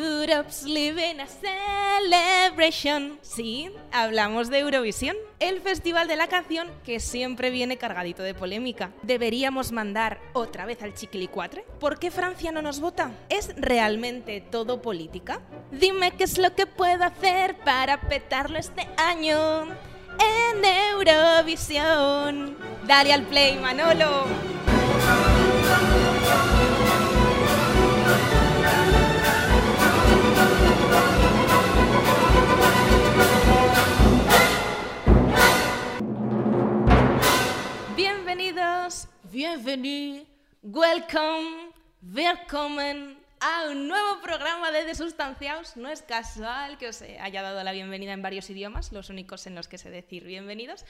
Europe's living a celebration. Sí, hablamos de Eurovisión, el festival de la canción que siempre viene cargadito de polémica. ¿Deberíamos mandar otra vez al chiquilicuatre? ¿Por qué Francia no nos vota? ¿Es realmente todo política? Dime qué es lo que puedo hacer para petarlo este año en Eurovisión. Dale al play, Manolo. Bienvenidos, bienvenidos, welcome, welcome a un nuevo programa de Desustanciaos. No es casual que os haya dado la bienvenida en varios idiomas, los únicos en los que sé decir bienvenidos,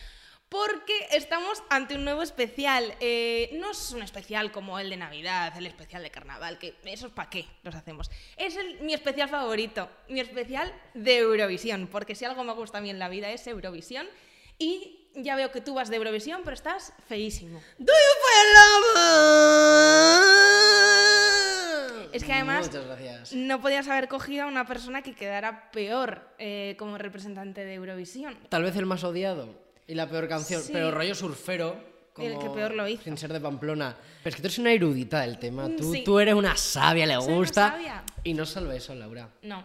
porque estamos ante un nuevo especial. Eh, no es un especial como el de Navidad, el especial de Carnaval, que eso es para qué los hacemos. Es el- mi especial favorito, mi especial de Eurovisión, porque si algo me gusta a mí en la vida es Eurovisión. Y ya veo que tú vas de Eurovisión, pero estás feísimo. Do you feel love? Es que además- Muchas gracias. No podías haber cogido a una persona que quedara peor eh, como representante de Eurovisión. Tal vez el más odiado y la peor canción, Sí. pero rollo surfero. Como El que peor lo hizo. Sin ser de Pamplona. Pero es que tú eres una erudita del tema. Mm, Tú, sí. tú eres una sabia, le Soy una gusta. sabia. Y no solo eso, Laura. No.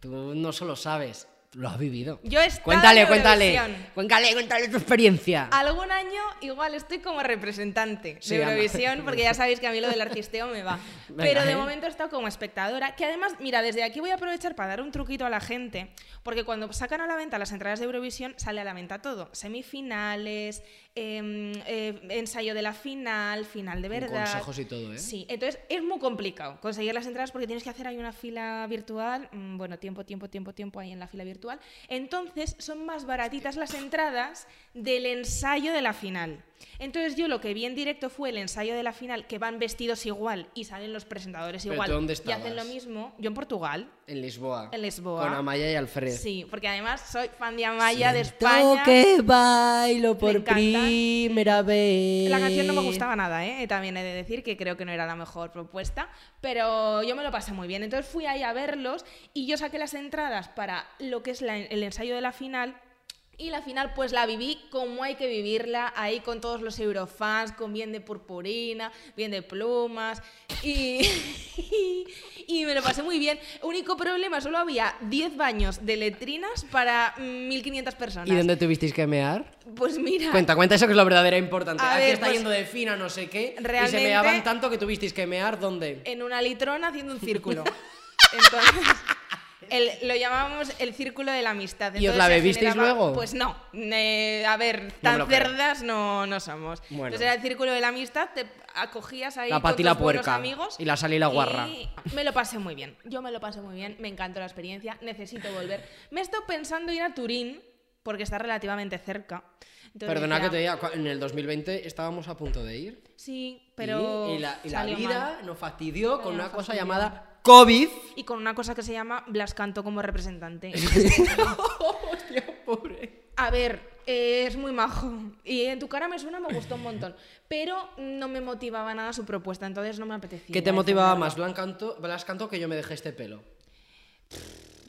Tú no solo sabes, lo has vivido. Yo he estado Cuéntale, en cuéntale. Eurovisión. Ah, Cuéntale, cuéntale tu experiencia. Algún año igual estoy como representante Ah. Sí, de anda. Eurovisión, porque ya sabéis que a mí lo del artisteo me va. Venga, Pero de ¿eh? momento he estado como espectadora, que además, mira, desde aquí voy a aprovechar para dar un truquito a la gente, porque cuando sacan a la venta las entradas de Eurovisión, sale a la venta todo. Semifinales, em, eh, ensayo de la final, final de verdad. consejos y todo, ¿eh? Sí, entonces es muy complicado conseguir las entradas porque tienes que hacer ahí una fila virtual, mm, bueno, tiempo, tiempo, tiempo, tiempo ahí en la fila virtual. Entonces son más baratitas las entradas del ensayo de la final. Entonces yo lo que vi en directo fue el ensayo de la final, que van vestidos igual y salen los presentadores ¿Pero igual tú dónde y hacen lo estabas? mismo. Yo en Portugal. En Lisboa. En Lisboa. Con Amaya y Alfred. Sí, porque además soy fan de Amaya de Siento España. que bailo por encanta. primera vez. La canción no me gustaba nada, ¿eh? también he de decir que creo que no era la mejor propuesta, pero yo me lo pasé muy bien. Entonces fui ahí a verlos y yo saqué las entradas para lo que es la- el ensayo de la final. Y la final pues la viví como hay que vivirla, ahí con todos los eurofans, con bien de purpurina, bien de plumas y, y me lo pasé muy bien. Único problema, solo había 10 baños de letrinas para mm, 1500 personas. ¿Y dónde tuvisteis que mear? Pues mira, Cuenta, cuenta eso que es lo verdadero e importante. A Aquí ver, está pues, yendo de fina, no sé qué. Y se realmente- meaban tanto que tuvisteis que mear dónde. en una litrona haciendo un círculo. Entonces, el- lo llamábamos el círculo de la amistad. ¿Y os Entonces la se bebisteis generaba- luego? Pues no. eh, a ver, No me tan lo creo. cerdas no, no somos. Bueno. Entonces era el círculo de la amistad, te acogías ahí La con pati la tus buenos puerca, amigos. y la sal y la guarra. Me lo pasé muy bien. Yo me lo pasé muy bien. Me encantó la experiencia. Necesito volver. Me he estado pensando ir a Turín, porque está relativamente cerca. Entonces Perdona decía, que te diga, cua- en el 2020 estábamos a punto de ir. Sí, pero. Y, y la, y la salió vida mal. nos fastidió con nos una cosa fastidió. llamada COVID. Y con una cosa que se llama Blas Canto como representante. Hostia, pobre. A ver, eh, es muy majo. Y en tu cara me suena, me gustó un montón. Pero no me motivaba nada su propuesta, entonces no me apetecía. ¿Qué te motivaba defenderla. más, Blas Canto, Blas Canto que yo me dejé este pelo?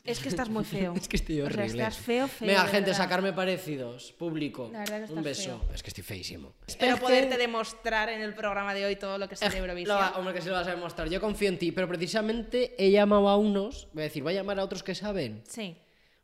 Es que estás muy feo. Es que estoy O sea, horrible. estás feo, feo. Venga, de gente, verdad. sacarme parecidos. Público. La verdad que Un estás beso. feo. Es que estoy feísimo. Espero Es que- Eh, poderte demostrar en el programa de hoy todo lo que sé de Eurovisión. Lo va- hombre, que se lo vas a demostrar. Yo confío en ti, pero precisamente he llamado a unos. Voy a decir, voy a llamar a otros que saben. Sí.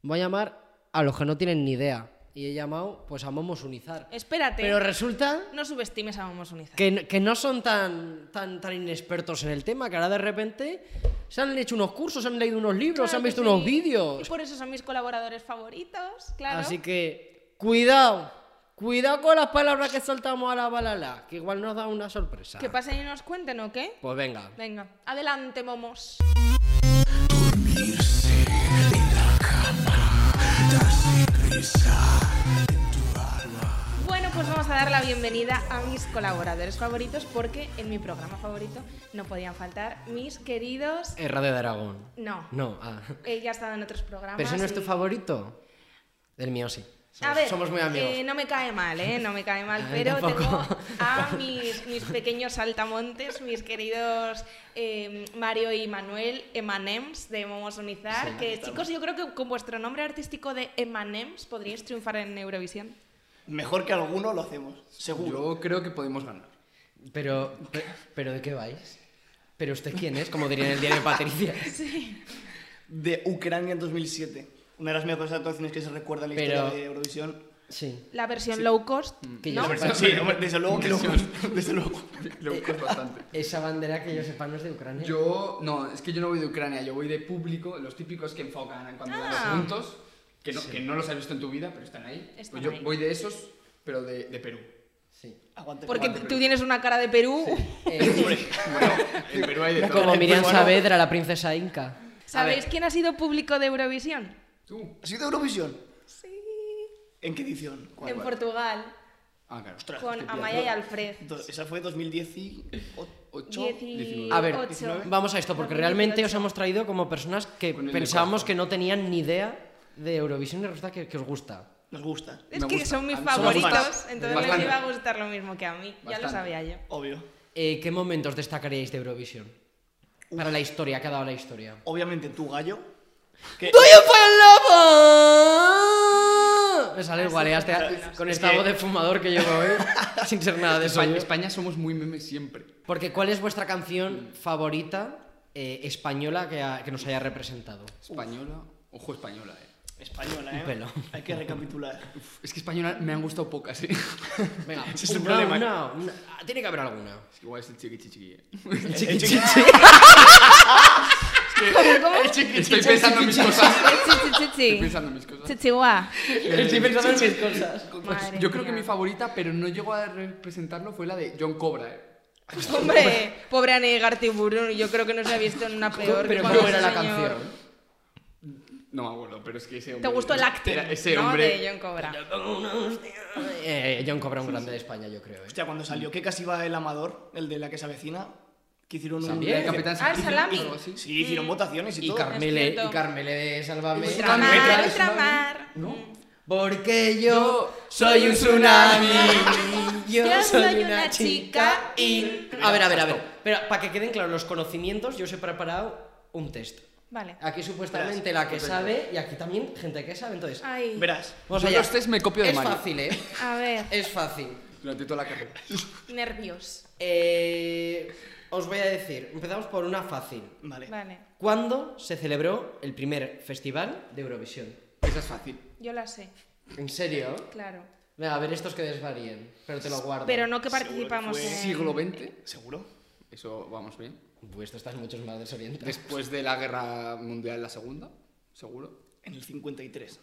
Voy a llamar a los que no tienen ni idea. Y he llamado, pues a Momos Unizar. Eh, Espérate. Pero resulta No subestimes a Vamos Unizar. que, n- que no son tan, tan, tan inexpertos en el tema, que ahora de repente se han hecho unos cursos, han leído unos libros, Claro han que visto sí. unos Y vídeos. Ah, por eso son mis colaboradores favoritos, claro. Así que, cuidado. Cuidado con las palabras que soltamos a la balala, que igual nos da una sorpresa. Que pasen y nos cuenten, ¿o qué? Pues venga. Venga, adelante, momos. Bueno, pues vamos a dar la bienvenida a mis colaboradores favoritos porque en mi programa favorito no podían faltar mis queridos... Eh, Radio de Aragón. No, No, ah. ella ha estado en otros programas. ¿Pero ese no es tu y- favorito? El mío sí. Somos, a ver, somos muy amigos. eh, no me cae mal, ¿eh? No me cae mal, A mí pero tampoco. tengo a mis, mis pequeños saltamontes, mis queridos eh, Mario y Manuel Emanems de Momos Unizar, Sí, que estamos. chicos, yo creo que con vuestro nombre artístico de Emanems podríais triunfar en Eurovisión. Mejor que alguno lo hacemos, seguro. Yo creo que podemos ganar. Pero, pe- pero ¿de qué vais? ¿Pero usted quién es? Como diría en el diario Patricia. De Ucrania en 2007. Una de las mejores actuaciones que se recuerda en la Pero- historia de Eurovisión. Sí. Mm. La versión low cost, Que yo ¿no? sepa- Sí, hombre, desde luego que lo Desde luego. Eh, Lo busco bastante. Esa bandera que yo sepa no es de Ucrania. Yo, no, es que yo no voy de Ucrania, yo voy de público, los típicos que enfocan en cuando dan los Ah. puntos, que no, que no los has visto en tu vida, pero están ahí. Están pues yo ahí. voy de esos, pero de, de Perú. Sí. Aguante. Porque aguante. tú tienes una cara de Perú. Eh, Hombre, bueno, en Perú hay de todo. como Miriam Bueno. Saavedra, la princesa inca. ¿Sabéis quién ha sido público de Eurovisión? Tú. ¿Has sido Eurovisión? Sí. ¿En qué edición? ¿Cuál? En Portugal, Ah, claro. Ostras, con hostia, Amaya y do- Alfred. do- Esa fue 2018. Dieci- 19. A ver, Ocho. vamos a esto, porque realmente os hemos traído como personas que Con el pensábamos lenguaje. que no tenían ni idea de Eurovisión y resulta que, que os gusta. Nos gusta, Es Me que gusta. son mis Son favoritos, fans. entonces les Bastante. iba a gustar lo mismo que a mí. Ya lo Bastante. sabía yo. obvio. Eh, ¿Qué momentos destacaríais de Eurovisión? Para la historia, que ha dado la historia. Obviamente tu gallo. Que, ¡Do you feel love? Me sale igual, ¿eh? Hasta- con Es esta que- voz de fumador que llevo, ¿eh? Sin ser nada de eso. Ah, España, yo. España somos muy memes siempre. Porque, ¿cuál es vuestra canción favorita eh, española que, ha- que nos haya representado? Española, ojo española, eh. española, ¿eh? pelo. Hay que recapitular. Uf, es que española me han gustado pocas, eh. Venga, Ese es el una, problema. una, una- ah, Tiene que haber alguna. Es que igual es el chiqui chiqui, eh. El chiqui, chiqui- el chiqui- Estoy pensando en mis cosas. Estoy Chichi, pensando en mis cosas. Estoy pensando en mis cosas. Madre Pues, Yo creo que mía. mi favorita, pero no llegó a representarlo, fue la de John Cobra, eh. Hombre, pobre Anegar Tiburón, yo creo que no se ha visto en una peor. Pero que ¿cómo ese era la señor. canción? No me acuerdo, pero es que ese ¿Te hombre. gustó el acting? Era ese ¿no? hombre. De John Cobra. Eh, John Cobra, un grande de España, yo creo. ¿eh? Hostia, cuando salió que casi iba el amador, el de la que se avecina, que hicieron un... También, el Capitán Ah, Santísimo, Salami. algo así. Sí, hicieron votaciones Mm. y, Y todo. Carmele, Es cierto. y Carmele de Sálvame. Ultramar, ultramar. Porque yo soy un tsunami. Yo soy una chica y... A ver, a ver, a ver. Pero para que queden claros los conocimientos, yo os he preparado un test. Vale. Aquí supuestamente la que sabe y aquí también gente que sabe. Entonces, Ay, Verás, vamos Yo allá. los test me copio de es Mario. fácil, ¿eh? a ver, Es fácil. Durante toda la carrera. nervios. Eh, os voy a decir, empezamos por una fácil. vale. Vale, ¿Cuándo se celebró el primer festival de Eurovisión? Esa es fácil. yo la sé, ¿En serio? claro. Venga, a ver estos que desvaríen, pero te lo guardo. Pero no que Seguro que participamos fue en... Siglo XX. ¿Seguro? Eso vamos bien. Pues esto estás muchos más desorientado. Después de la guerra mundial, la segunda, seguro. En el 53.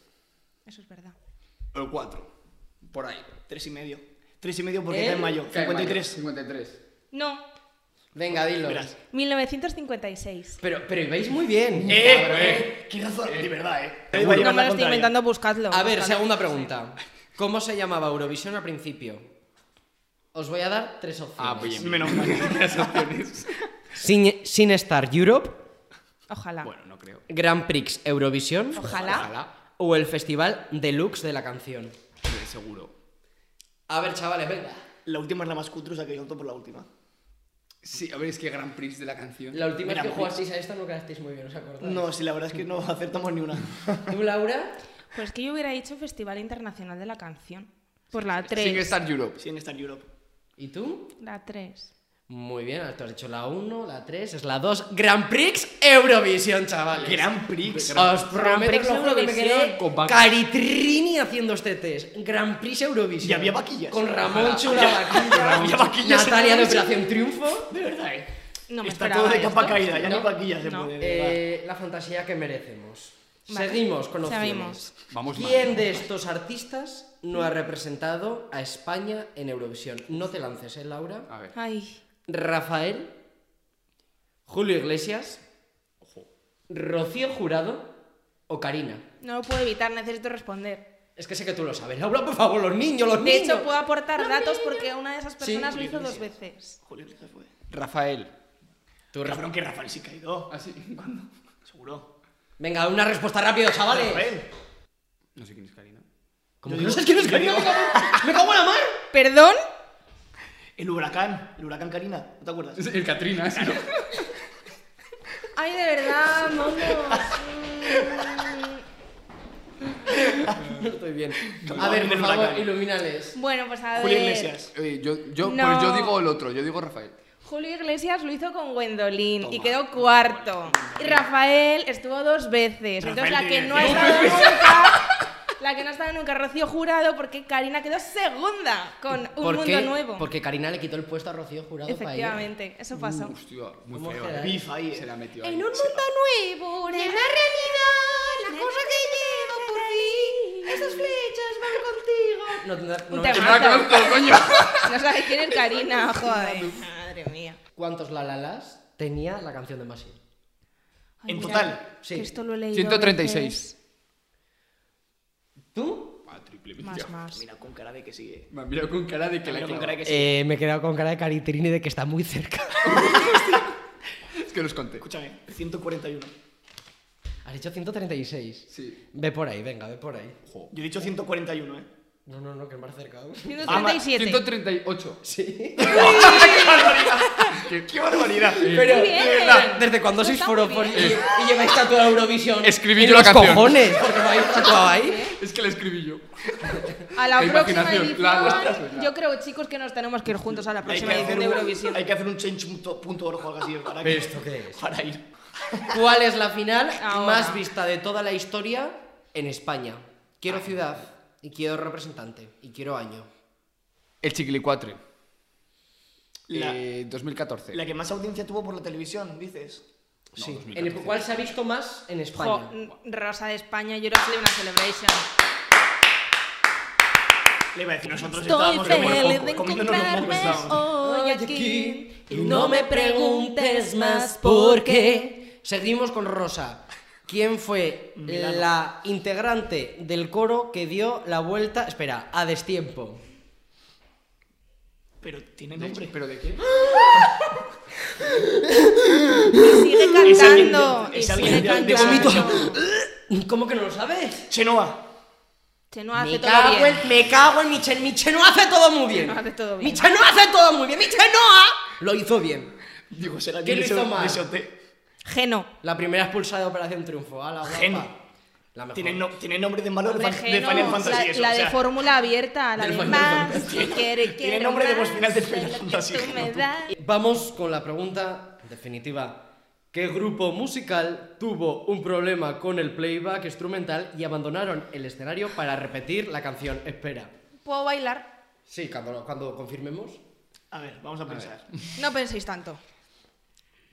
Eso es verdad. O el 4. Por ahí. Tres y medio. Tres y medio porque ¿Eh? cae en mayo. Cae mayo, 53. 53. No, Venga, dilo. Verás. 1956. Pero, pero ibais muy bien. ¡Eh! cabrón. eh, ¡Qué razón! De verdad, ¿eh? Te Seguro. iba No a llevar me lo la estoy contraria. inventando, buscadlo. A ver, buscadlo. segunda pregunta. ¿Cómo se llamaba Eurovisión al principio? Os voy a dar tres opciones. Ah, pues bien. Menos mal. Las opciones. Sin, Sin Star Europe, Ojalá. Bueno, no creo. Grand Prix Eurovisión Ojalá. Ojalá. o el Festival Deluxe de la canción. Eh, Seguro. A ver, chavales, venga. La última es la más cutrosa que yo opto por la última. Sí, a ver, es que Grand Prix de la canción. La última vez Mira, que muy- jugasteis a esta no quedasteis muy bien, ¿os acordáis? No, si la verdad es que no acertamos ni una. ¿Tú, Laura? Pues que yo hubiera dicho Festival Internacional de la Canción. Por la Sin 3. estar Europe. Sí, en Star Europe. ¿Y tú? La 3. Muy bien, tú has hecho la 1, la 3, es la 2. Grand Prix Eurovisión, chavales. Grand Prix. Os Grand prometo Prix os lo juro, que me Eurovisión. quedé Con vacas. caritrini haciendo este test. Grand Prix Eurovisión. Y había vaquillas. Con Ramón Ojalá. Chula Vaquilla. Había vaquillas en Natalia de Eurovisión. Operación Triunfo. De verdad, ¿eh? No me Está esperaba todo de esto. capa caída, ya No, ni vaquilla se no. puede. de verdad. Eh, la fantasía que merecemos. Vale. Seguimos con opciones. Seguimos. Vamos ¿Quién de estos artistas no ha representado a España en Eurovisión? No te lances, ¿eh, Laura? A ver. Ay, Rafael, Julio Iglesias, Rocío Jurado o Karina. no lo puedo evitar, necesito responder. Es que sé que tú lo sabes. Laura, por favor, los niños, De los niños. hecho, puedo aportar datos porque una de esas personas lo hizo dos veces. Julio Iglesias fue. Rafael. Tú res- Cabrón, que Rafael sí caído. ¿Ah, sí? ¿Cuándo? Seguro. Venga, una respuesta rápido, chavales. Rafael. No sé quién es Karina. ¿Cómo Yo que no digo- sabes quién es yo Karina? digo- ¡Me cago- ¡Me cago en la mar! ¿Perdón? El huracán, el huracán Karina, ¿no te acuerdas? Es El Katrina, sí. Ay, de verdad, vamos. Estoy bien. A Cabrón, ver, por el favor, huracán. ilumínales. Bueno, pues a ver. Julio Iglesias. Oye, yo, yo, No. Pues yo digo el otro, yo digo Rafael. Julio Iglesias lo hizo con Gwendolyn y Toma. quedó cuarto. Y Rafael estuvo dos veces. Rafael Entonces la que no ha Díaz. estado nunca, la que no ha estado nunca Rocío Jurado porque Karina quedó segunda con Un ¿Por Mundo qué? Mm. Nuevo. Porque Karina le quitó el puesto a Rocío Jurado para ir. Efectivamente, eso pasó. Hostia, muy ¿Cómo feo. será? eh. Bif ahí, eh. Se la metió En ahí. un mundo nuevo, en la realidad, la cosa que llevo por ti, esas flechas van contigo. No, no, no- Un Que tema. no la conozco, coño. No sabes quién es Karina, joder. Madre mía. ¿Cuántos lalalas tenía la canción de Masi? Ay, En mira, total, sí. que esto lo he leído 136. ¿Tú? Ah, triple veces. Más, mira. más. Pues Mira con cara de que sigue. Me ha mirado con cara de que la Mira con clava. cara de que sigue. Eh, me he quedado con cara de Caritrini de que está muy cerca. Es que los conté. Escúchame, 141. Has dicho 136. Sí. Ve por ahí, venga, ve por ahí. Jo. Yo he dicho 141, ¿eh? No, no, no, que es más cerca. aún. 137. 138. Sí. Que- ¡Qué barbaridad! Pero, Muy bien. de verdad, ¿desde cuando No sois está forofos y, muy bien. y lleváis tatuado Eurovisión? Escribí en yo la los canción. cojones, porque me habéis tatuado ahí. Es que la escribí yo. A la La próxima imaginación, edición, la- la- yo creo, chicos, que nos tenemos que ir juntos a la Hay próxima que, hacer edición de Eurovisión. un, hay que hacer un change.org o algo así para, que, ¿Pero esto qué es? para ir. ¿Cuál es la final Ahora. más vista de toda la historia en España? Quiero ciudad y quiero representante y quiero año. El chiquilicuatre. La- Eh, 2014. La que más audiencia tuvo por la televisión, dices. No, sí. 2014. En el cual se ha visto más en España. Jo, mm, Rosa de España, Euroslave, una celebration. Le iba a decir, nosotros Estoy estábamos de feliz de moco, comiéndonos los mocos. encontrarme estábamos. hoy Hoy aquí. aquí, y no me preguntes más por qué. Seguimos con Rosa. ¿Quién fue Milano. la integrante del coro que dio la vuelta, espera, a destiempo? Pero tiene De- nombre. ¿Pero de qué? Y sigue Es alguien cantando. de- Y es alguien sigue de- de cantando. ¿Cómo que no lo sabes? Chenoa. Se no hace me, todo cago bien. en, me cago en Michel. Michel no hace todo muy Michel bien. no hace todo bien. Michel no hace todo muy bien. Michel Noa lo hizo bien. Digo, será ¿Quién lo de ese- hizo mal? de ese hotel. Geno. La primera expulsada de Operación Triunfo. A la guapa. Genio. La mejor. Tiene, no- tiene nombre de malo de, Hombre, fan- de Geno, Final Fantasy. la, eso, la o de sea, fórmula abierta, la Del de Final más, Fantasy. que quiere, quiero Tiene nombre de más, voz final de lo Final que Fantasy, tú Geno, me tú. das. Vamos con la pregunta definitiva. ¿Qué grupo musical tuvo un problema con el playback instrumental y abandonaron el escenario para repetir la canción Espera? ¿Puedo bailar? Sí, cuando, cuando confirmemos. A ver, vamos a pensar. No penséis tanto.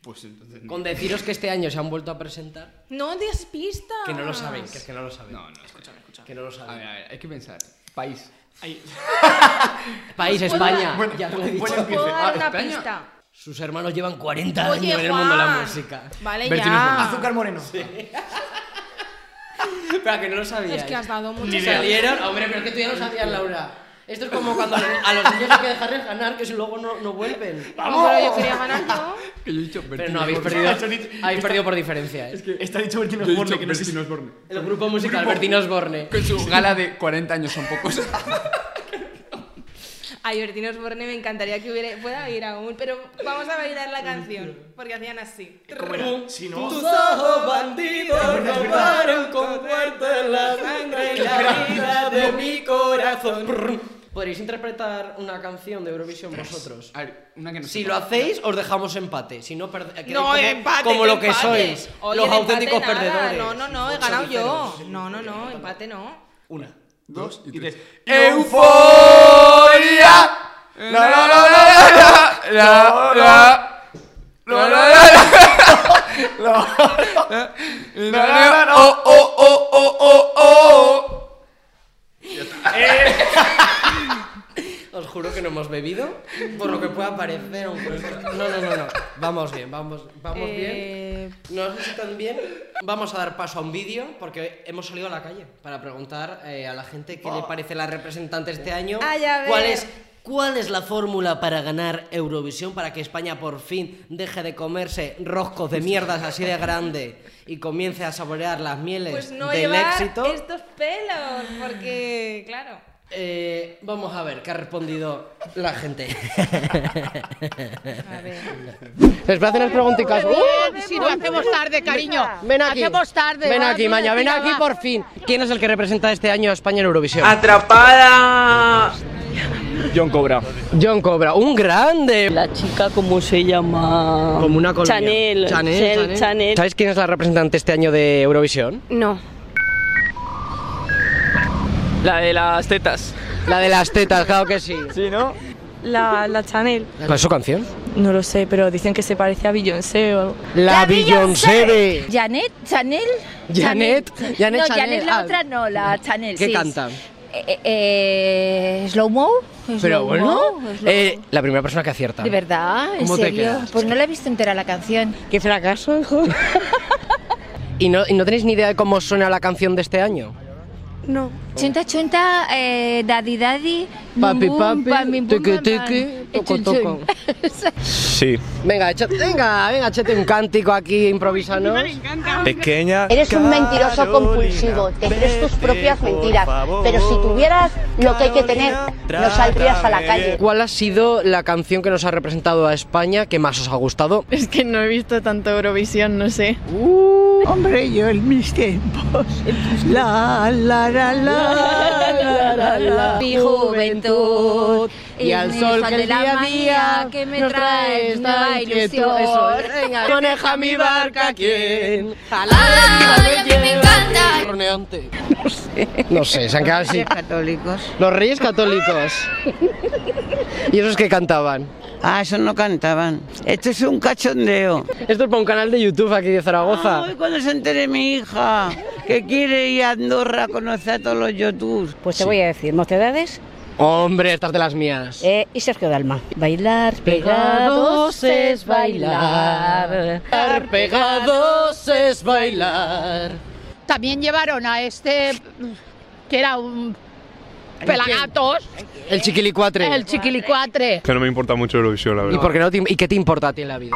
Pues entonces. Con deciros que este año se han vuelto a presentar, No des pistas. que no lo saben, que es que no lo saben. Ah. No, no, escúchame, escúchame. Que no lo A ver, saben. a ver, hay que pensar. País. Ahí. País, Hola. España. Bueno, ya lo he dicho. bueno, ¿Os puedo empiece. dar Ah, una España. pista? Sus hermanos llevan 40 Oye, años en el mundo de la Juan. música. Vale, Bertín ya. Osborne. Azúcar moreno. Pero que no lo sabían. Es que has dado mucho. Ni salieron. Hombre, pero es que tú ya lo sabías, Laura. Esto es como cuando a los niños hay que dejarles ganar, que si luego no, no vuelven. No, pero yo quería ganar yo. Que yo he dicho Pero Bertín no, habéis Osborne. perdido, Eso dice- habéis perdido por diferencia. ¿eh? Está dicho Bertino Yo he Osborne, dicho que no sé si- Bertín Osborne. El grupo musical Bertino Osborne. Con su gala de 40 años son pocos. A Bertín Osborne me encantaría que hubiera, pueda ir aún, pero vamos a bailar la canción, porque hacían así. ¿Cómo era? Si no. ojos bandidos robaron con fuerza la sangre y la vida de mi corazón. ¿Podréis interpretar una canción de Eurovisión vosotros? A ver, una que no Si sepa. lo hacéis, os dejamos empate. Si no, perde- quedéis No, como, empate. como qué lo que empate. sois, Oye, los de empate auténticos nada. perdedores. No, no, no, he Los ganado yo. chaviceros. No, no, no, empate no. Una, Dos y tres. ¡Euforia! La la la la la la la la la la la la la oh oh oh oh oh oh Os juro que no hemos bebido, por lo que pueda parecer. aunque no- No, no, no, no. Vamos bien, vamos, vamos Eh, bien. No sé si también vamos a dar paso a un vídeo porque hemos salido a Oh. Ah, la calle para preguntar eh, a la gente qué le parece la representante este año, Ay, a ver. cuál es ¿Cuál es la fórmula para ganar Eurovisión para que España por fin deje de comerse roscos de mierdas así de grande y comience a saborear las mieles Pues no del llevar éxito? estos pelos, porque, claro. Eh, vamos a ver qué ha respondido la gente. A ver. Les voy a hacer ¡Uh! unas preguntitas. Si lo hacemos tarde, cariño. Ven aquí. Hacemos tarde. Ven va, aquí, Maña, ven tira, aquí va. por fin. ¿Quién es el que representa este año a España en Eurovisión? Atrapada. John Cobra. John Cobra, un grande. La chica, ¿cómo se llama? Como una colonia. Chanel. Chanel, Chanel. ¿Sabes quién es la representante este año de Eurovisión? No. La de las tetas. La de las tetas, claro que sí. Sí, ¿no? La, la Chanel, ¿Cuál es su canción? no lo sé, pero dicen que se parece a Beyoncé o algo. La Beyoncé de Janet, Chanel. Janet, Janet Chanel. no, Janet la Ah, otra no, la Chanel. ¿Qué sí. canta? Eh, eh, slow mo. Pero slow bueno, mo, slow- eh, la primera persona que acierta. pues de verdad, en ¿Cómo te serio. quedas? Pues no la he visto entera la canción. ¿Qué fracaso, hijo? ¿Y no, y no tenéis ni idea de cómo suena la canción de este año? No. Chunta chunta, eh, daddy daddy, Papi, bum, bum, papi, pam, bim, bum, tiki, bam, bam. tiki, Eh, toco, chun, chun. Sí. Venga, echa- venga, venga, échate un cántico aquí, improvísanos. Pequeña. Eres un mentiroso compulsivo, te crees tus propias mentiras, pero si tuvieras lo que hay que tener, no saldrías a la calle. ¿Cuál ha sido la canción que nos ha representado a España que más os ha gustado? Es que no he visto tanto Eurovisión, no sé. Uh. Hombre, yo en mis tiempos. La, la, la, la, la, la. Mi juventud y al sol que el día a día que me trae esta ilusión. venga, maneja mi barca, ¿quién? Ay, a mí me encanta. Roneante. No sé, se han quedado así. Católicos. Los reyes católicos. ¿Y esos que cantaban? Ah, eso no cantaban. Esto es un cachondeo. Esto es para un canal de YouTube aquí de Zaragoza. Ay, cuando se entere mi hija que quiere ir a Andorra a conocer a todos los youtubers. Pues te voy a decir, mocedades Hombre, estas de las mías. eh, y Sergio Dalma. Bailar Pegados es bailar. Pegados es bailar. También llevaron a este que era un pelagatos, El chiquilicuatre. chiquilicuatre. Que no me importa mucho Eurovisión, la ¿Y, verdad. por qué no te- ¿Y qué te importa a ti en la vida?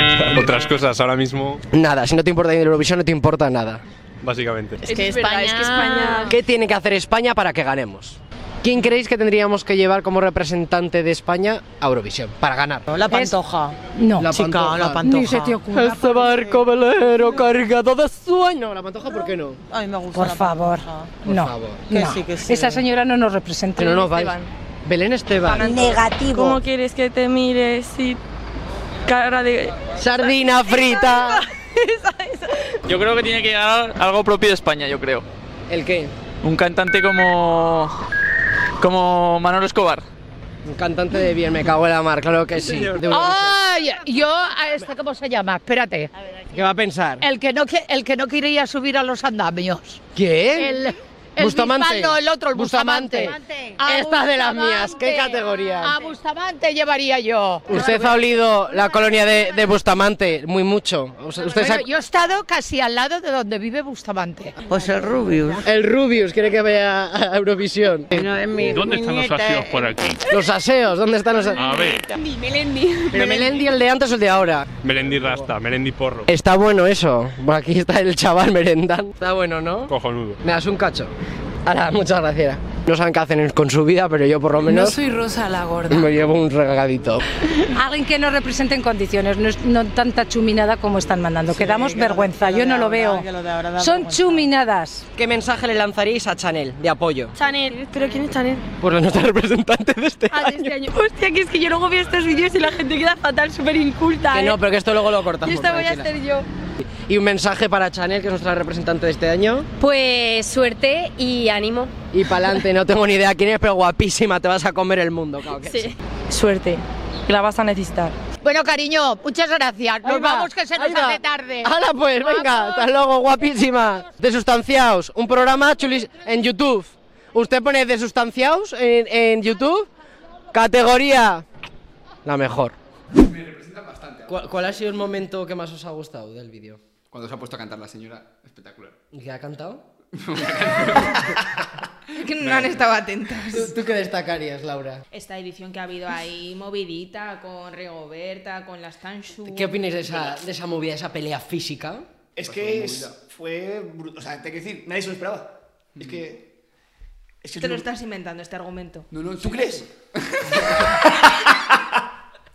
Mm, Otras cosas ahora mismo, Nada, si no te importa el Eurovisión no te importa nada. básicamente. Es que España... Es que España... ¿Qué tiene que hacer España para que ganemos? ¿Quién creéis que tendríamos que llevar como representante de España a Eurovisión para ganar? La pantoja. No, La chica, Pantoja. la pantoja. Ni se te ocurra. Este barco velero cargado de sueño. No, la pantoja, ¿por qué no? Ay, me gusta. Por favor. no. favor. Que no. sí, que sí. Esa señora no nos representa. Que no nos vais. Belén Esteban. ¿Cómo quieres que te mire si cara de... Sardina frita. Yo creo que tiene que ganar algo propio de España, yo creo. ¿El qué? Un cantante como. como Manolo Escobar. Un cantante de bien, me cago en la mar, claro que sí. De Eurovisión. Ay, yo a esta cómo se llama, espérate. ¿Qué va a pensar? El que no que- el que no quería subir a los andamios. ¿Qué? El, el Bustamante. Bisbal, no, el otro, el Bustamante. Bustamante. A Esta es de las Bustamante. Ah, mías, ¿qué categoría? A Bustamante llevaría yo. Usted ha olido la colonia de, de Bustamante muy mucho. O sea, Usted Bueno, sabe- yo he estado casi al lado de donde vive Bustamante. Pues el Rubius. El Rubius quiere que vea a Eurovisión. No, es mi- mi nieta, eh. aquí? Los aseos, ¿dónde están los aseos? ver. ¿Pero Melendi el de antes o el de ahora? Melendi Rasta, Melendi Porro. Eh. Está bueno eso. Por aquí está el chaval merendando. Está bueno, ¿no? Cojonudo. Me das un cacho. Ahora, muchas gracias. No saben qué hacen con su vida, pero yo por lo menos Rosa la gorda. me llevo un regadito. Alguien que no represente en condiciones, no, es- no tanta chuminada como están mandando, que damos vergüenza, yo no lo veo. Son chuminadas. ¿Qué mensaje le lanzaríais a Chanel de apoyo? Chanel. ¿Pero quién es Chanel? Por Pues la nuestra representante de este Ah, de este año. Hostia, que es que yo luego veo estos vídeos y la gente queda fatal, súper inculta, Que ¿eh? no, pero que esto luego lo Y cortamos. esta voy a tranquila. ser yo. Y un mensaje para Chanel, que es nuestra representante de este año. Pues suerte y ánimo. Y pa'lante, no tengo ni idea quién es, pero guapísima, te vas a comer el mundo, claro que sí. Suerte, que la vas a necesitar. Bueno, cariño, muchas gracias. Nos Ahí va, vamos Pues que se nos ahí va. hace tarde. Ah, Hala pues, venga, hasta luego, guapísima. Desustanciaos, un programa chulis en YouTube. Usted pone Desustanciaos en, en YouTube, categoría la mejor. ¿Cuál, cuál ha sido el momento que más os ha gustado del vídeo? Cuando se ha puesto a cantar la señora, espectacular. ¿Y qué ha cantado? que no han estado atentos. ¿Tú, tú qué destacarías, Laura? Esta edición que ha habido ahí, movidita, con Rigoberta, con las Tanshu. ¿Qué opináis de esa, de esa movida, de esa pelea física? Es que es- fue brutal. O sea, te quiero decir, nadie se lo esperaba. Es que. Es que Te lo es un- estás inventando este argumento. No, no, ¿tú crees?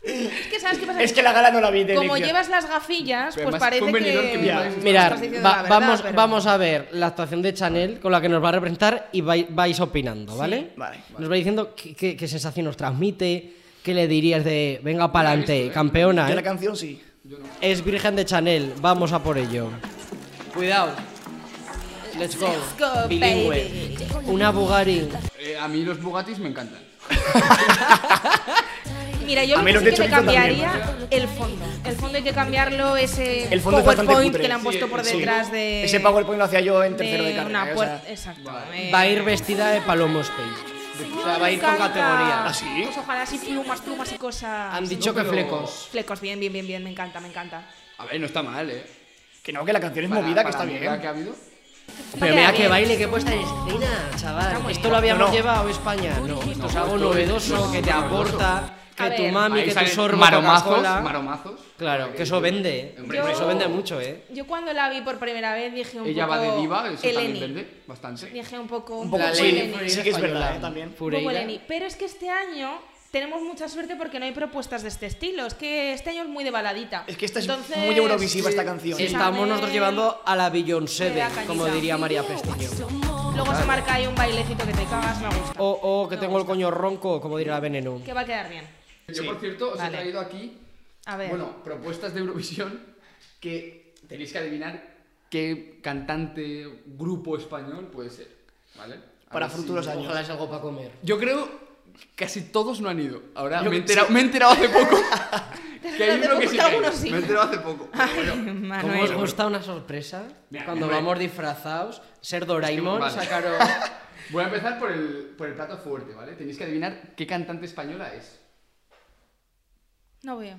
Es que sabes qué pasa. Es que la gala no la vi de Como inicio. llevas las gafillas, Pero pues además parece fue un venidor que que. me no parece estás Mirad, diciendo va- la verdad, vamos, pero- vamos a ver la actuación de Chanel con la que nos va a representar y vai- vais opinando, Sí, ¿vale? vale. Nos va diciendo qué, qué- qué sensación nos transmite, qué le dirías de venga para adelante, campeona. Yo ¿eh? la canción sí. Es Virgen de Chanel, vamos a por ello. Cuidado. Let's go. Let's go, Bilingüe. baby. Una Bugari. Eh, a mí los Bugattis me encantan. Mira, yo A lo que menos sí que de le chorizo también. cambiaría el fondo. El fondo hay que cambiarlo, ese El fondo es bastante PowerPoint cutre. que le han puesto Sí, por sí. detrás de. Ese PowerPoint lo hacía yo en tercero de, de carrera. una eh, o sea, puerta. Exacto. eh. Va a ir vestida de Palomo Space. O sea, va a ir con Me encanta. categoría. ¿Ah, Pues ojalá así plumas, plumas y cosas. Han dicho que flecos. Flecos, bien, bien, bien, bien, me encanta, me encanta. A ver, no está mal, ¿eh? Que no, que la canción es Para- movida, que para está la bien. mierda que ha habido? Pero mira qué baile, qué puesta en escena, chaval. Esto lo habíamos No, no. llevado a España. No, esto es algo novedoso que te aporta, que A tu ver. mami, Ahí que tu salen sorbo, maromazos, Coca-Cola. maromazos. Eh, Claro, que eso vende. Hombre, Eso yo- vende mucho, ¿eh? Yo cuando la vi por primera vez dije un Ella poco. va de diva, eso Eleni. también vende bastante. Dije un poco. Un poco poco sí, Eleni. sí que es verdad, eh, también. Un poco Eleni. Pero es que este año tenemos mucha suerte porque no hay propuestas de este estilo. Es que este año es muy de baladita. Es que esta es Entonces, muy eurovisiva esta canción. Estamos nosotros llevando a la Beyoncé, Me da cañita. como diría María Pestiño. Luego se marca ahí un bailecito que te cagas, me gusta. O, o Oh, que tengo el coño ronco, como diría la Veneno. Que va a quedar bien. Yo, por cierto, os he Vale. traído aquí, A ver. bueno, propuestas de Eurovisión que tenéis que adivinar qué cantante, grupo español puede ser, ¿vale? A Para ver si- futuros años. Ojalá es algo para comer. Yo creo casi todos no han ido. Ahora Yo- me, he enterado, me he enterado hace poco que hay Hace uno que poco sí que que ha algunos ido. sí. Me he enterado hace poco. pero bueno. ¿Cómo os Manuel. gusta una sorpresa? Mira, Cuando hombre. vamos disfrazados, ser Doraemon, Vale. sacaros... Voy a empezar por el, por el plato fuerte, ¿vale? Tenéis que adivinar qué cantante española es. No veo.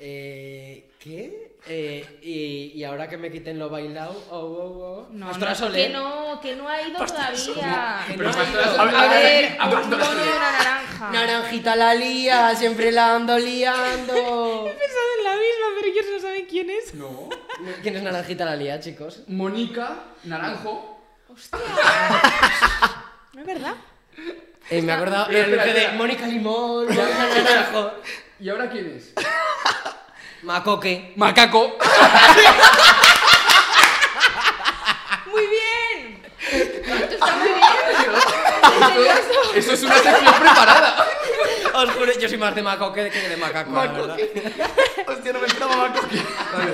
Eh, ¿Qué? Eh, y, y ahora que me quiten lo bailado... Oh, oh, oh. No, Pastora no, Soler. que no, que no ha ido todavía. Pero No ha Pastora ido. Soler. A ver, A ver, un bono y una naranja. Naranjita la lía, siempre la ando liando. pensado en la misma, pero ellos no saben quién es. No. ¿Quién es Naranjita la lía, chicos? Mónica Naranjo. Hostia. No es verdad. Eh, me he acordado Pero el espera, que de espera. Mónica Limón, Mónica Naranjo. ¿Y ahora quién es? Macoque. Macaco. Muy bien. Esto está muy bien. Eso es una sección preparada. Os juro, yo soy más de Macoque que de Macaco. la verdad. Hostia, no me esperaba Macaco. Vale.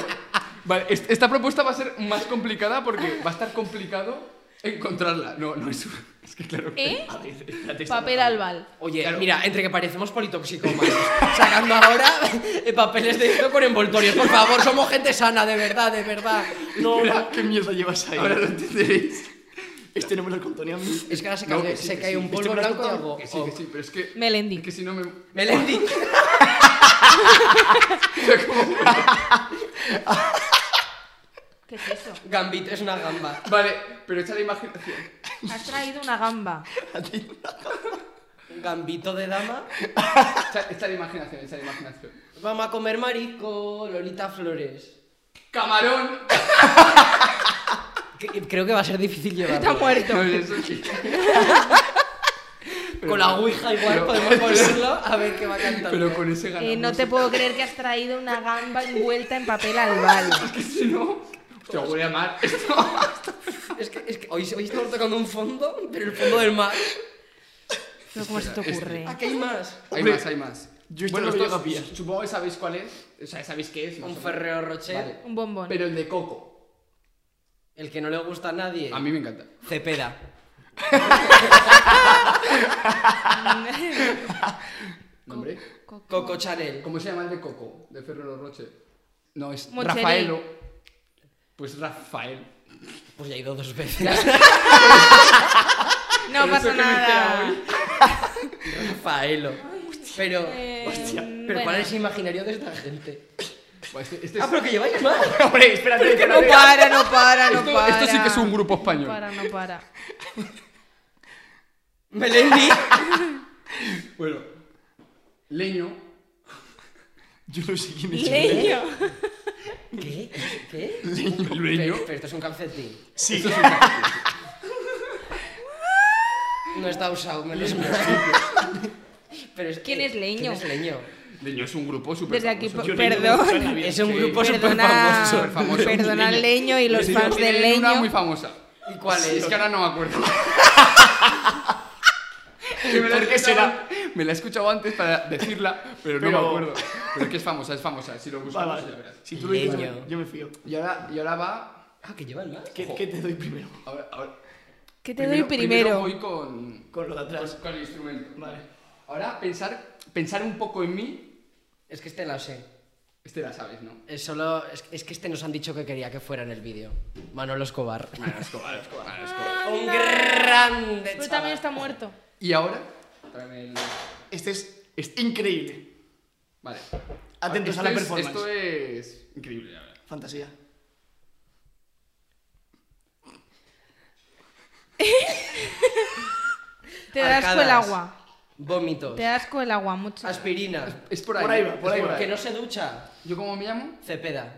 Vale, est- esta propuesta va a ser más complicada porque va a estar complicado encontrarla. No, no es. Es que claro. ¿Eh? A ver, espérate, esta- Papel albal. Oye, Claro. mira, entre que parecemos politoxicomanos, sacando ahora eh, papeles de esto con envoltorios. Por favor, somos gente sana, de verdad, de verdad. No. Mira, ¿Qué mierda llevas ahí? Ahora lo entenderéis. Este no me lo contó ni a mí. Es que ahora se cae, No, que sí, se que cae sí. un Este polvo me lo has blanco y contado. algo. Oh. Que sí, que sí, pero es que. Melendi. Es que si no me. Melendi. ¿Qué es eso? Gambito, es una gamba. Vale, pero echa la imaginación. Has traído una gamba. Gambito de dama. Echa, echa la imaginación, echa la imaginación. Vamos a comer marisco, Lolita Flores. ¡Camarón! Que- Creo que va a ser difícil Está llevarlo. ¿eh? muerto. No, eso sí. Con la ouija igual Pero- podemos ponerlo a ver qué va a cantar. Pero con ese ganamos. Eh, no te puedo creer que has traído una gamba envuelta en papel albal. Es que si no. Te voy a llamar. Esto. Es que, es que hoy, hoy estamos tocando un fondo, pero el fondo del mar. Pero ¿Cómo se te ocurre? este- ¿A qué hay más? Hay Hombre, más, hay más. yo esto bueno, no lo esto llego a su- supongo que sabéis cuál es. O sea, sabéis qué es. más Un o menos. Ferrero Rocher, Vale. Un bombón. Pero el de coco. el que no le gusta a nadie. A mí me encanta. Cepeda. ¿Nombre? Coco Chanel. ¿Cómo se llama el de coco? De Ferrero Roche. No, es Moncheré. Rafaelo. Pues Rafael. Pues ya he ido dos veces. No Por eso pasa que me nada. he enterado Rafaelo. Pero, Eh, hostia, pero bueno. ¿cuál es el imaginario de esta gente? ah, pero que lleváis más. Hombre, espérate. Pero que no espérate. para, no para, no Esto- para. Esto sí que es un grupo español. Para, no para. Melendi. bueno, leño. Yo no sé quién es el Leño. ¿Qué? ¿Qué? Leño. Pero, pero esto es un calcetín. Sí. Esto es un calcetín. no está usado, me lo Pero es, ¿Quién es Leño? ¿Quién es leño? Leño es un grupo súper Desde aquí, famoso. pe- Yo no he ido mucho en la perdón. vida. Es un Sí. grupo Perdona, superfamoso, superfamoso. perdona al Leño y los Sí, fans tiene de una Leño. muy famosa. ¿Y cuál Sí, es? Es que ahora no me acuerdo. Que ¿Por qué escuchaba- Me la he escuchado antes para decirla, pero no Pero- me acuerdo. Pero es que es famosa, es famosa. Si lo buscas, Va, va. ya verás. Si tú lo dices, Leño. yo me fío. Y ahora, y ahora va. Ah, que llevan más. ¿Qué, Ojo. qué te doy primero? Ahora, ahora- ¿Qué te doy primero? voy con, Con lo de atrás. con el instrumento. Vale. Ahora pensar, pensar un poco en mí. Es que este la sé. Este la sabes, ¿no? Es, solo, es, es que este nos han dicho que quería que fuera en el vídeo. Manolo Escobar. Manolo Escobar, Manolo Escobar. Un grande Pero chaval. también está muerto. Y ahora. tráeme el- Este es, es Ah, este increíble. Vale. Atentos Esto a la Este es- performance. Esto es increíble, la verdad. Fantasía. Te das con el Arcadas. agua. Vómitos. Te das con el agua mucho. Aspirina. Es por ahí. Por ahí va, por es ahí va. Que no se ducha. ¿Yo cómo me llamo? Cepeda.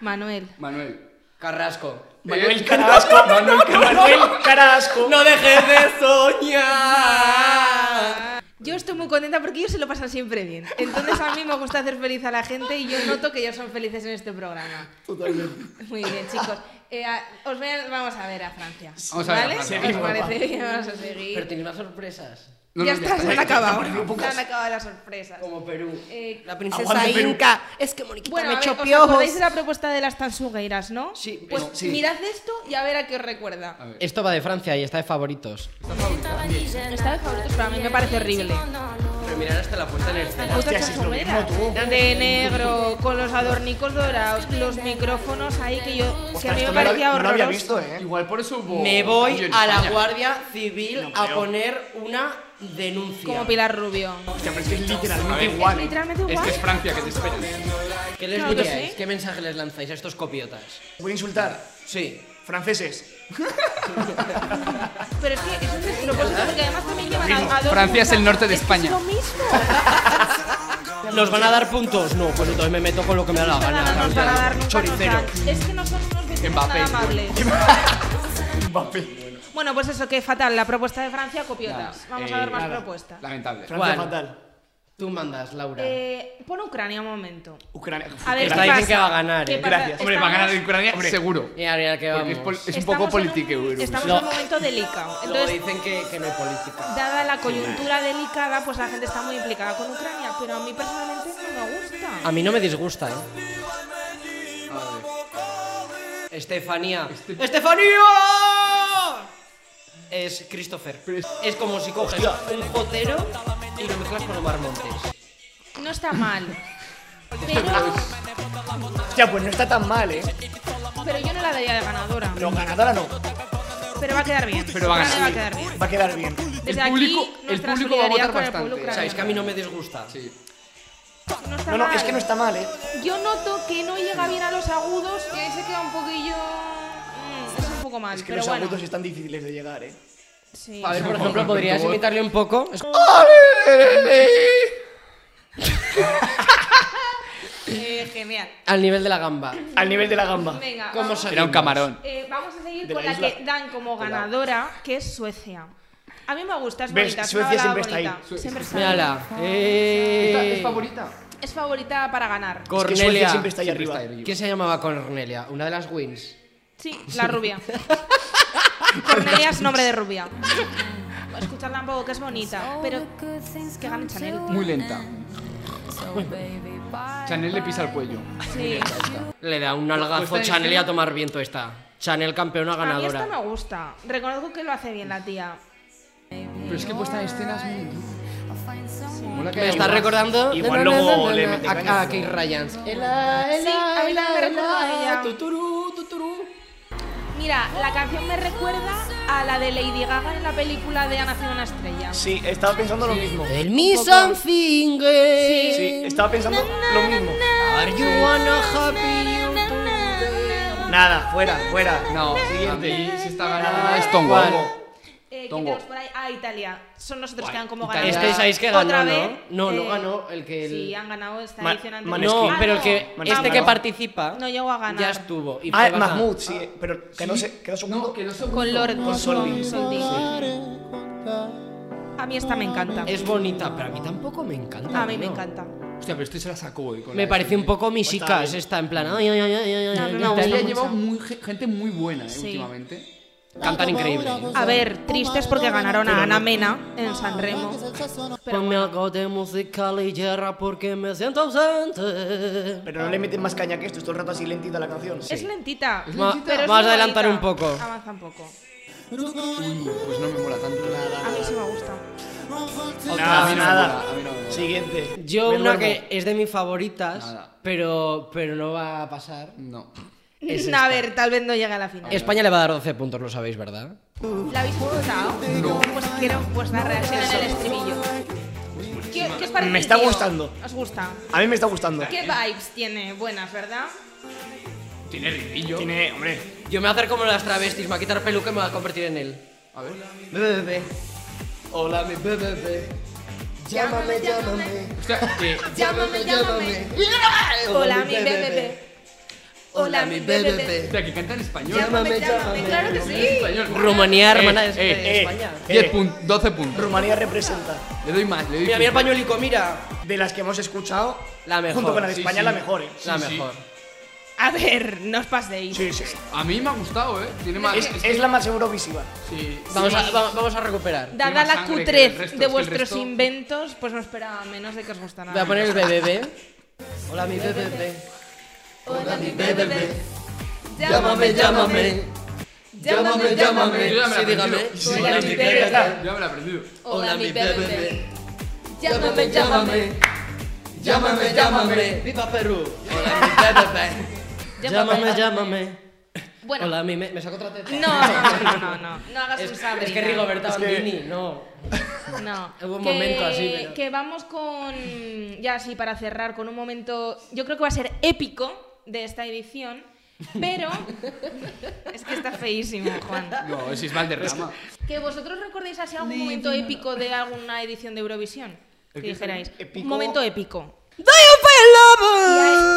Manuel. Manuel. Carrasco. Manuel Carrasco. Manuel Manuel Carasco. No dejes de soñar. Yo estoy muy contenta porque ellos se lo pasan siempre bien. Entonces a mí me gusta hacer feliz a la gente y yo noto que ellos son felices en este programa. Totalmente. Muy bien, chicos. Eh, a- os voy a- vamos a ver a Francia. Vamos a ver a ¿Vale? Francia. ¿Os Seguimos, parece bien? Vamos a Pero seguir. tenéis más sorpresas. No, ya no, está, se han Ya acabado. está. Se han acabado las sorpresas. Como Perú. Eh, la Aguante, princesa Perú. Inca. Es que Moniquita Bueno, me a ver, echó ¿os piojos. acordáis de la propuesta de las tansugueiras, no? Sí, Pues no, sí. mirad esto y a ver a qué os recuerda. A ver. Esto va de Francia y está de favoritos. Está de favoritos, pero a mí me parece horrible. Pero mirad hasta la puesta en el escenario. Otras tansugueiras. De negro, con los adornicos dorados, los micrófonos ahí que yo. que a mí me parecía Esto no lo- No lo había horroroso. visto, ¿eh? Igual por eso hubo Me voy cambio en a la España. Guardia Civil a poner una denuncia. Como Pilar Rubio. Hostia, pero es que es literalmente igual. ¿eh? Literalmente Es igual. que es Francia, que te espera. ¿Qué les Claro que diríais? sí. ¿Qué mensaje les lanzáis a estos copiotas? Voy a insultar. Sí. Franceses. Pero es que es un despropósito porque además también llevan a, a dos Francia es el mujeres. norte de Es que España. Es lo mismo. ¿Nos van a dar puntos? No, pues entonces me meto con lo que me da la Para gana. darnos, para darnos, para Choricero. darnos. Es que no son unos vecinos Mbappé. nada amables. Mbappé. Bueno, pues eso, que fatal. La propuesta de Francia, copiotas. Vamos a ver más propuestas. Lamentable. Francia ¿Cuál? fatal. Tú mandas, Laura. Eh, pon Ucrania un momento. Ucrania. A ver, Está ¿qué dicen pasa? que va a ganar, ¿Qué eh. pasa? Gracias. Hombre, va a ganar el Estamos- Ucrania seguro. Y ahora que Porque es, vamos. pol- es un poco estamos en política un- euro. Estamos No. en un momento delicado. Luego Entonces, dicen que, que no hay política. dada la coyuntura delicada, pues la gente está muy implicada con Ucrania. Pero a mí personalmente no me gusta. A mí no me disgusta, ¿eh? Estefanía. Este- ¡Estefanía! Es Christopher. es- Es... como si coges un jotero y lo mezclas con Omar Montes. No está mal. Pero, Hostia, pues no está tan mal, ¿eh? pero yo no la daría de ganadora. No, ganadora no. Pero va a quedar bien. Pero va a ganar. Ucrania va a quedar bien. Va a quedar bien. Desde El público- aquí, el nuestra público va a solidaridad votar con el bastante. público O sea, es ucraniano. que a mí no me disgusta. Sí. No está No, no, mal. es que no está mal, ¿eh? Yo noto que no llega bien a los agudos y ahí se queda un poquillo. mm, es un poco mal, Es que pero los bueno. agudos están difíciles de llegar, ¿eh? Sí. A ver, por Con- ejemplo, con ¿podrías tu voz. imitarle un poco? Es- Eh, genial. Al nivel de la gamba. Al nivel de la gamba. Venga. ¿Cómo vamos. se Era un camarón. Eh, vamos a seguir De con la la, que isla. dan como ganadora, que es Suecia. A mí me gusta, es ¿Ves? bonita. es una Suecia balada siempre está bonita. ahí. Siempre está ahí. Mírala. Esta es Eh... favorita. Es favorita para ganar. Es que Suecia Cornelia. siempre está ahí arriba. ¿Quién se llamaba Cornelia? Una de las wins. Sí, la rubia. Cornelia es nombre de rubia. Escuchadla un poco, que es bonita. Pero Pues que gane Chanel. Muy lenta. Chanel le pisa el cuello. Sí. Le da un nalgazo Pues está Chanel y diciendo- a tomar viento está. Chanel campeona A mí esta ganadora. me gusta. Reconozco que lo hace bien la tía. Pero es que puesta en escenas muy. Mola que Me haya está una- recordando Igual luego le mete a, caña. a Keith Ryan. Sí, a mí también me recuerda a ella. Tuturú, tuturú. Mi mira, la canción me recuerda a la de Lady Gaga en la película de Ha nacido una estrella. Sí, estaba pensando lo mismo. El Mi something. eh. Sí, estaba pensando lo mismo. Are you wanna happy? Nada, fuera, fuera. No, siguiente. Ah. Y si está ganada es Tongo. ¿Cuál? Eh, Tongo. ¿Quién tenemos por ahí? Ah, Italia. Son nosotros que han como ganado. Italia. Este sabéis que ganó, Otra ¿no? vez, No, no eh, ganó el que el- Sí, han ganado esta Ma- edición anterior. Maneskin. Ah, No, pero el no. que- Maneskin este que ganó. participa No llegó a ganar. ya estuvo. Y Ah, fue ganado. Mahmoud, sí, eh, pero que no se quedó segundo. que no Con Lord Con Soldi. Soldi. A mí esta me encanta. Es bonita, pero a mí tampoco me encanta. A mí me no. encanta. Hostia, pero esto se la sacó hoy. Con Me la- parece un poco mis chicas, Pues está en plan. Ay, ay, ay, ay, No, ay, a mí me ay, gusta mucho. Italia Italia lleva- lleva muy, ge- gente muy buena eh, Sí. últimamente. Cantan increíble. A ver, tristes porque ganaron a Ana Mena en San Remo. Pero Ponme algo Pues de musical y yerra porque me siento ausente. Pero no le meten más caña que esto, es todo el rato así lentita la canción. Es lentita. Ma- pero es vamos muy a adelantar bonita. un poco. Avanza un poco. Uy, pues no me mola tanto. A mí sí me gusta. A mí Nada, no me nada. mola, a mí no me mola. Siguiente. Yo Me una duermo. que es de mis favoritas, Pues Nada. pero, pero no va a pasar. No. Es a esta. ver, tal vez no llegue a la final. España le va a dar 12 puntos, lo sabéis, ¿verdad? ¿La habéis escuchado? No. Pues quiero vuestra reacción en el estribillo. ¿Qué, qué os parece? Me el está tío? gustando. ¿Os gusta? A mí me está gustando. ¿Qué vibes tiene? Buenas, ¿verdad? Tiene ribillo. Tiene, hombre. Yo me voy a hacer como las travestis, me voy a quitar peluca y me voy a convertir en él. A ver. Bebé. Hola, mi bebé. Llámame, llámame. Hostia, que. Llámame, llámame. Hola, mi bebé. Hola, mi bebé. Hostia, que canta en español. Llámame, llámame. Claro que En sí. español. Rumanía, hermana Eh, de- de eh, España. eh. 10 pun- 12 puntos. Rumanía representa. Le doy más, le doy Mira, mira el puntos. pañuelico, mira. De las que hemos escuchado, La mejor, junto con la de sí, España, sí. la mejor. eh. La sí. mejor. A ver, no os paséis. Sí, sí. A mí me ha gustado, eh. Tiene más. Es, es la más eurovisiva. Sí. Vamos, a, va- vamos a recuperar. Dada más la sangre que el cutrez resto, es que de el vuestros resto- inventos, pues no esperaba menos de que os gustara. Voy a poner el bebé. Hola, mi bebé. Hola, mi bebé. Llámame, llámame. Yo ya me la Sí, dígame. aprendí. Sí, Hola, sí, mi sí. bebé. Ya me la he aprendido. Hola, mi bebé. Llámame, llámame. Llámame, llámame. Viva Perú. Hola, mi bebé. Llámame, llámame. Bueno. Hola, mi me, me saco otra teta. No, no, no, no, no. No hagas Es, un Sabrina. es que Rigoberta Bandini, no. No. Hubo un Que- momento así, pero- Que vamos con. Ya sí, para cerrar, con un momento. Yo creo que va a ser épico de esta edición. Pero. es que está feísimo, Juan. No, es Ismael de Rama. Que vosotros recordéis así algún momento épico de alguna edición de Eurovisión. Que dijerais. Épico. Un momento épico. Un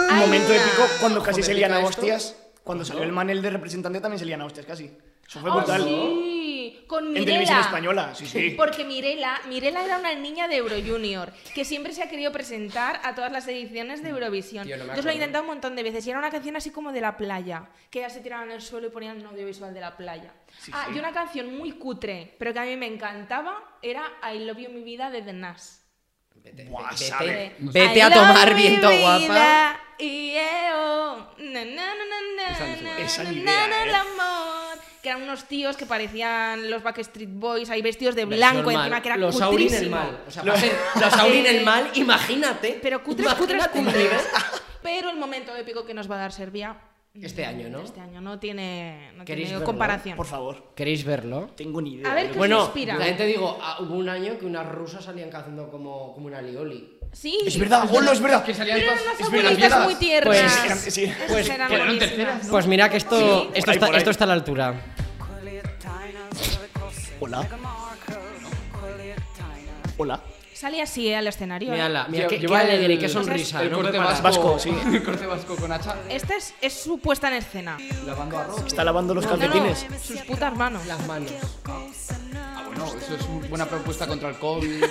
Ay, momento una. épico cuando casi se lían a ¿Épico esto? hostias. Cuando salió el manel de representante también se lían a hostias casi. Eso fue Ah, brutal. sí, con Mirela. En televisión española, sí, sí. Porque Mirela, Mirela era una niña de Euro Junior que siempre se ha querido presentar a todas las ediciones de Eurovisión. Tío, no me Yo os lo he acuerdo. intentado un montón de veces y era una canción así como de la playa, que ya se tiraban al suelo y ponían un audiovisual de la playa. ah, y una canción muy cutre, pero que a mí me encantaba, era I Love You Mi Vida de The Nas. Buah, sabe. Vete a tomar viento, guapa. E Esa ni idea, ¿eh? Que eran unos tíos que parecían los Backstreet Boys, ahí vestidos de Versión blanco mal. encima, que era Los Aurin el cutrísimo. mal. O sea, para ser los Aurin el mal, imagínate. Pero cutres, Imagínate cutres, el cutres. nivel. Pero el momento épico que nos va a dar Serbia... Este año, ¿no? Este año no tiene, no ¿Queréis tiene verlo? comparación. Por favor, ¿Queréis verlo? tengo ni idea. A ver, ¿qué os Bueno, inspira? también te digo, ah, hubo un año que unas rusas salían cazando como, como una lioli. Sí. Es verdad, pues, hola, es verdad. Que salían Pero todas. eran unas es verdad, abuelitas mierdas. muy tiernas. Pues- sí, sí. Esas Pues eran quedaron buenísimas. terceras, Pues mira que esto, Sí. esto, Por ahí, está, por ahí. esto está a la altura. Hola. Hola. Sale así eh, al escenario. eh. Mírala, mira, Lle- qué, qué lleva el- alegría, qué sonrisa. El ¿no? corte Preparada. vasco, Vasco, sí. El corte vasco con hacha Esta es, es su puesta en escena. lavando arroz. Está lavando los No, no, calcetines. sus putas manos. Las manos. Ah, bueno, eso es una buena propuesta contra el COVID.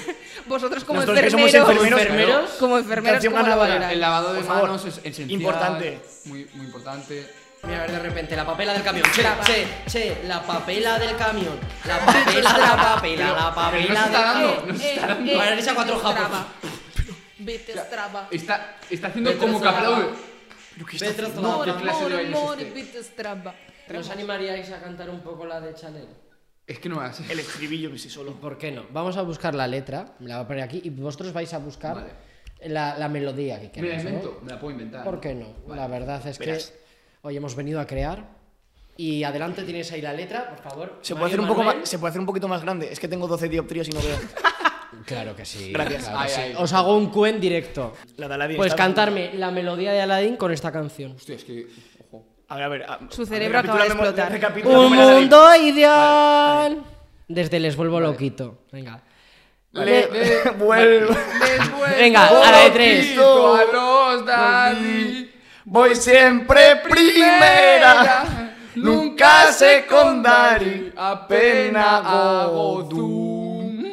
Vosotros como Nosotros que somos enfermeros, enfermeros, enfermeros, como enfermeros, Canción ¿cómo lo ganadora. valoráis? El lavado de Por favor. manos es esencial. Importante. Muy, muy importante. Mira, a ver, de repente, la papela del camión. Che, che, che, la papela del camión. La papela, la papela, la Pero no papela se está del Eh, dando. no se está dando. Para irse a cuatro japos. Vete Strava. Está, está haciendo Petro como que Zaragoza. aplaude. Petro No, Zaragoza. ¿qué clase de baile es este? vete Strava. ¿Nos animaríais a cantar un poco la de Chanel? Es que no me hace. El estribillo que sí solo. ¿Por qué no? Vamos a buscar la letra, me la voy a poner aquí, y vosotros vais a buscar Vale. la, la melodía que Me la queréis. ¿no? invento, me la puedo inventar. ¿Por qué no? La verdad es que Verás. hoy hemos venido a crear Y adelante tienes ahí la letra, por favor. ¿Se puede, Mario hacer un poco Manuel. más, ¿Se puede hacer un poquito más grande? Es que tengo 12 dioptrías y no veo. Claro que sí. Gracias. claro que Ay, sí. ay. Os hago un cuen directo. La de Aladdin Pues está- cantarme la melodía de Aladdin con esta canción. Hostia, es que. Ojo. A ver, a ver. a- Su cerebro acaba de recapitulamos- explotar. recapitulamos Un la Aladdin. mundo ideal. Desde Les vuelvo loquito. Venga. Le- le- Vuelvo. Venga, a la de tres. Poquito A los daddy. Voy siempre primera. Nunca secundaria. Apenas hago doom.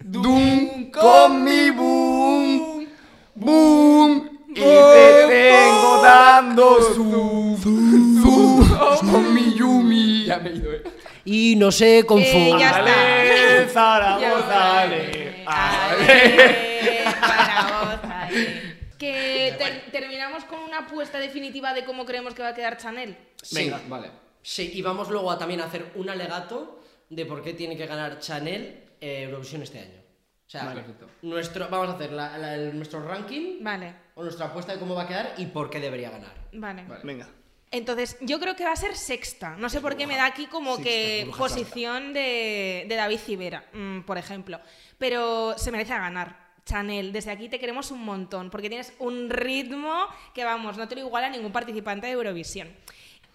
Doom Con mi boom. Boom. Y te tengo dando zoom. Zoom. Con mi yumi. Ya me he ido, eh. Y no se Eh, confunda. ya Ale, está. Zaragoza, ale. Ale, Zaragoza, ale. Que ter- terminamos con una apuesta definitiva de cómo creemos que va a quedar Chanel. Venga. Vale. Sí, y vamos luego a también hacer un alegato de por qué tiene que ganar Chanel eh, Eurovisión este año. O sea, Vale, perfecto. nuestro, vamos a hacer la- la- el- nuestro ranking Vale, o nuestra apuesta de cómo va a quedar y por qué debería ganar. vale. Vale. Venga. Entonces, yo creo que va a ser sexta. No sé por qué me da aquí como Sexta, que bruja posición de, de David Civera, mm, por ejemplo. Pero se merece a ganar. Chanel, desde aquí te queremos un montón, porque tienes un ritmo que, vamos, no te lo iguala ningún participante de Eurovisión.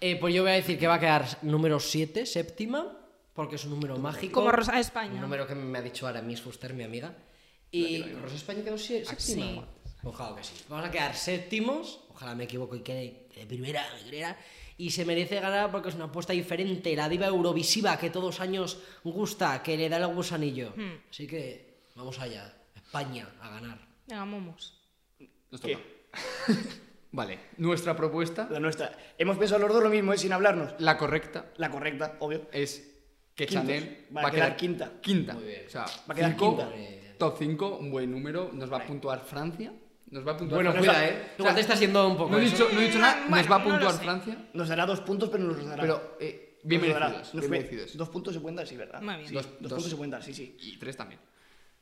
Eh, pues yo voy a decir que va a quedar número 7, séptima, porque es un número mágico. Como Rosa de España. Un número que me ha dicho ahora Miss Fuster, mi amiga. Y Rosa España quedó sie- séptima. sí. Ojalá que sí. Vamos a quedar séptimos. Ojalá me equivoco y quede de primera, de primera. Y se merece ganar porque es una apuesta diferente. La diva eurovisiva que todos años gusta, que le da el gusanillo. Hmm. Así que vamos allá. España a ganar. Venga, momos. Nos toca. ¿Qué? Vale. Nuestra propuesta, La nuestra. Hemos pensado los dos lo mismo, eh, sin hablarnos. la correcta, La correcta, obvio. es que Quintos. Chanel Va a quedar quinta. Quinta. O sea, a quedar cinco, quinta. Top 5, un buen número. Nos va a puntuar Francia. Nos va a puntuar Bueno, Francia. cuida, ¿eh? O sea, Igual te estás yendo un poco. No he, eso. dicho, no he dicho nada. Bueno, nos va a no lo puntuar sé. Francia. Nos dará dos puntos, pero nos los dará. Pero, eh, Nos bien los dará. merecidos. Nos Bien fue- merecidos. Dos puntos se pueden dar, sí, ¿verdad? Muy bien. Sí, Dos- dos, dos. puntos se pueden dar, sí, sí. Y tres también.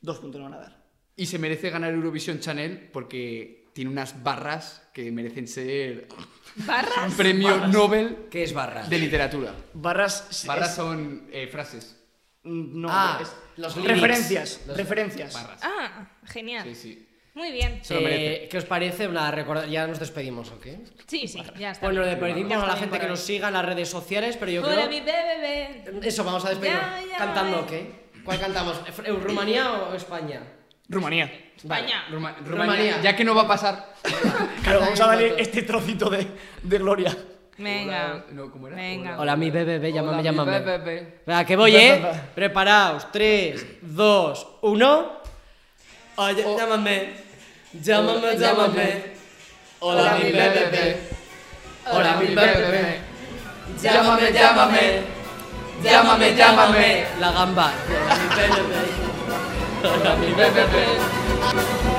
Dos puntos no van a dar. Y se merece ganar Eurovisión Chanel porque tiene unas barras que merecen ser ¿Barras? premio Nobel ¿Qué es barra? Eh, de literatura. Barras. Barras es- son eh, frases. mm, No, Ah, es- los lyrics. referencias. Los- referencias. Barras. Ah, genial. Sí, sí. Muy bien. Se lo Eh, merece. ¿Qué os parece? Una recorda- Ya nos despedimos, ¿ok? Sí, sí, ya está. Bueno, le pedimos a la gente que para nos siga en las redes sociales, pero yo Hola, mi creo... bebé. Eso, vamos a despedirnos. Ya, ya, Cantando, ¿ok? eh. ¿Cuál cantamos? ¿Fr- eh, ¿Rumanía o España? Rumanía. España. Vale. Ruma- Rumanía. Rumanía, Ya que no va a pasar. Claro, vamos a darle Exacto. este trocito de, de gloria. Venga. No, ¿cómo era? Venga. Hola, mi bebé, bebé, Hola, llámame, mi llámame. bebé. Venga, que voy, ¿eh? Preparaos. 3, 2, 1. Oye, llámame. Llámame, llámame. Hola, mi bebé. Hola, mi bebé. Llámame, llámame. Llámame, llámame. La gamba. Hola, mi bebé. Hola, mi bebé.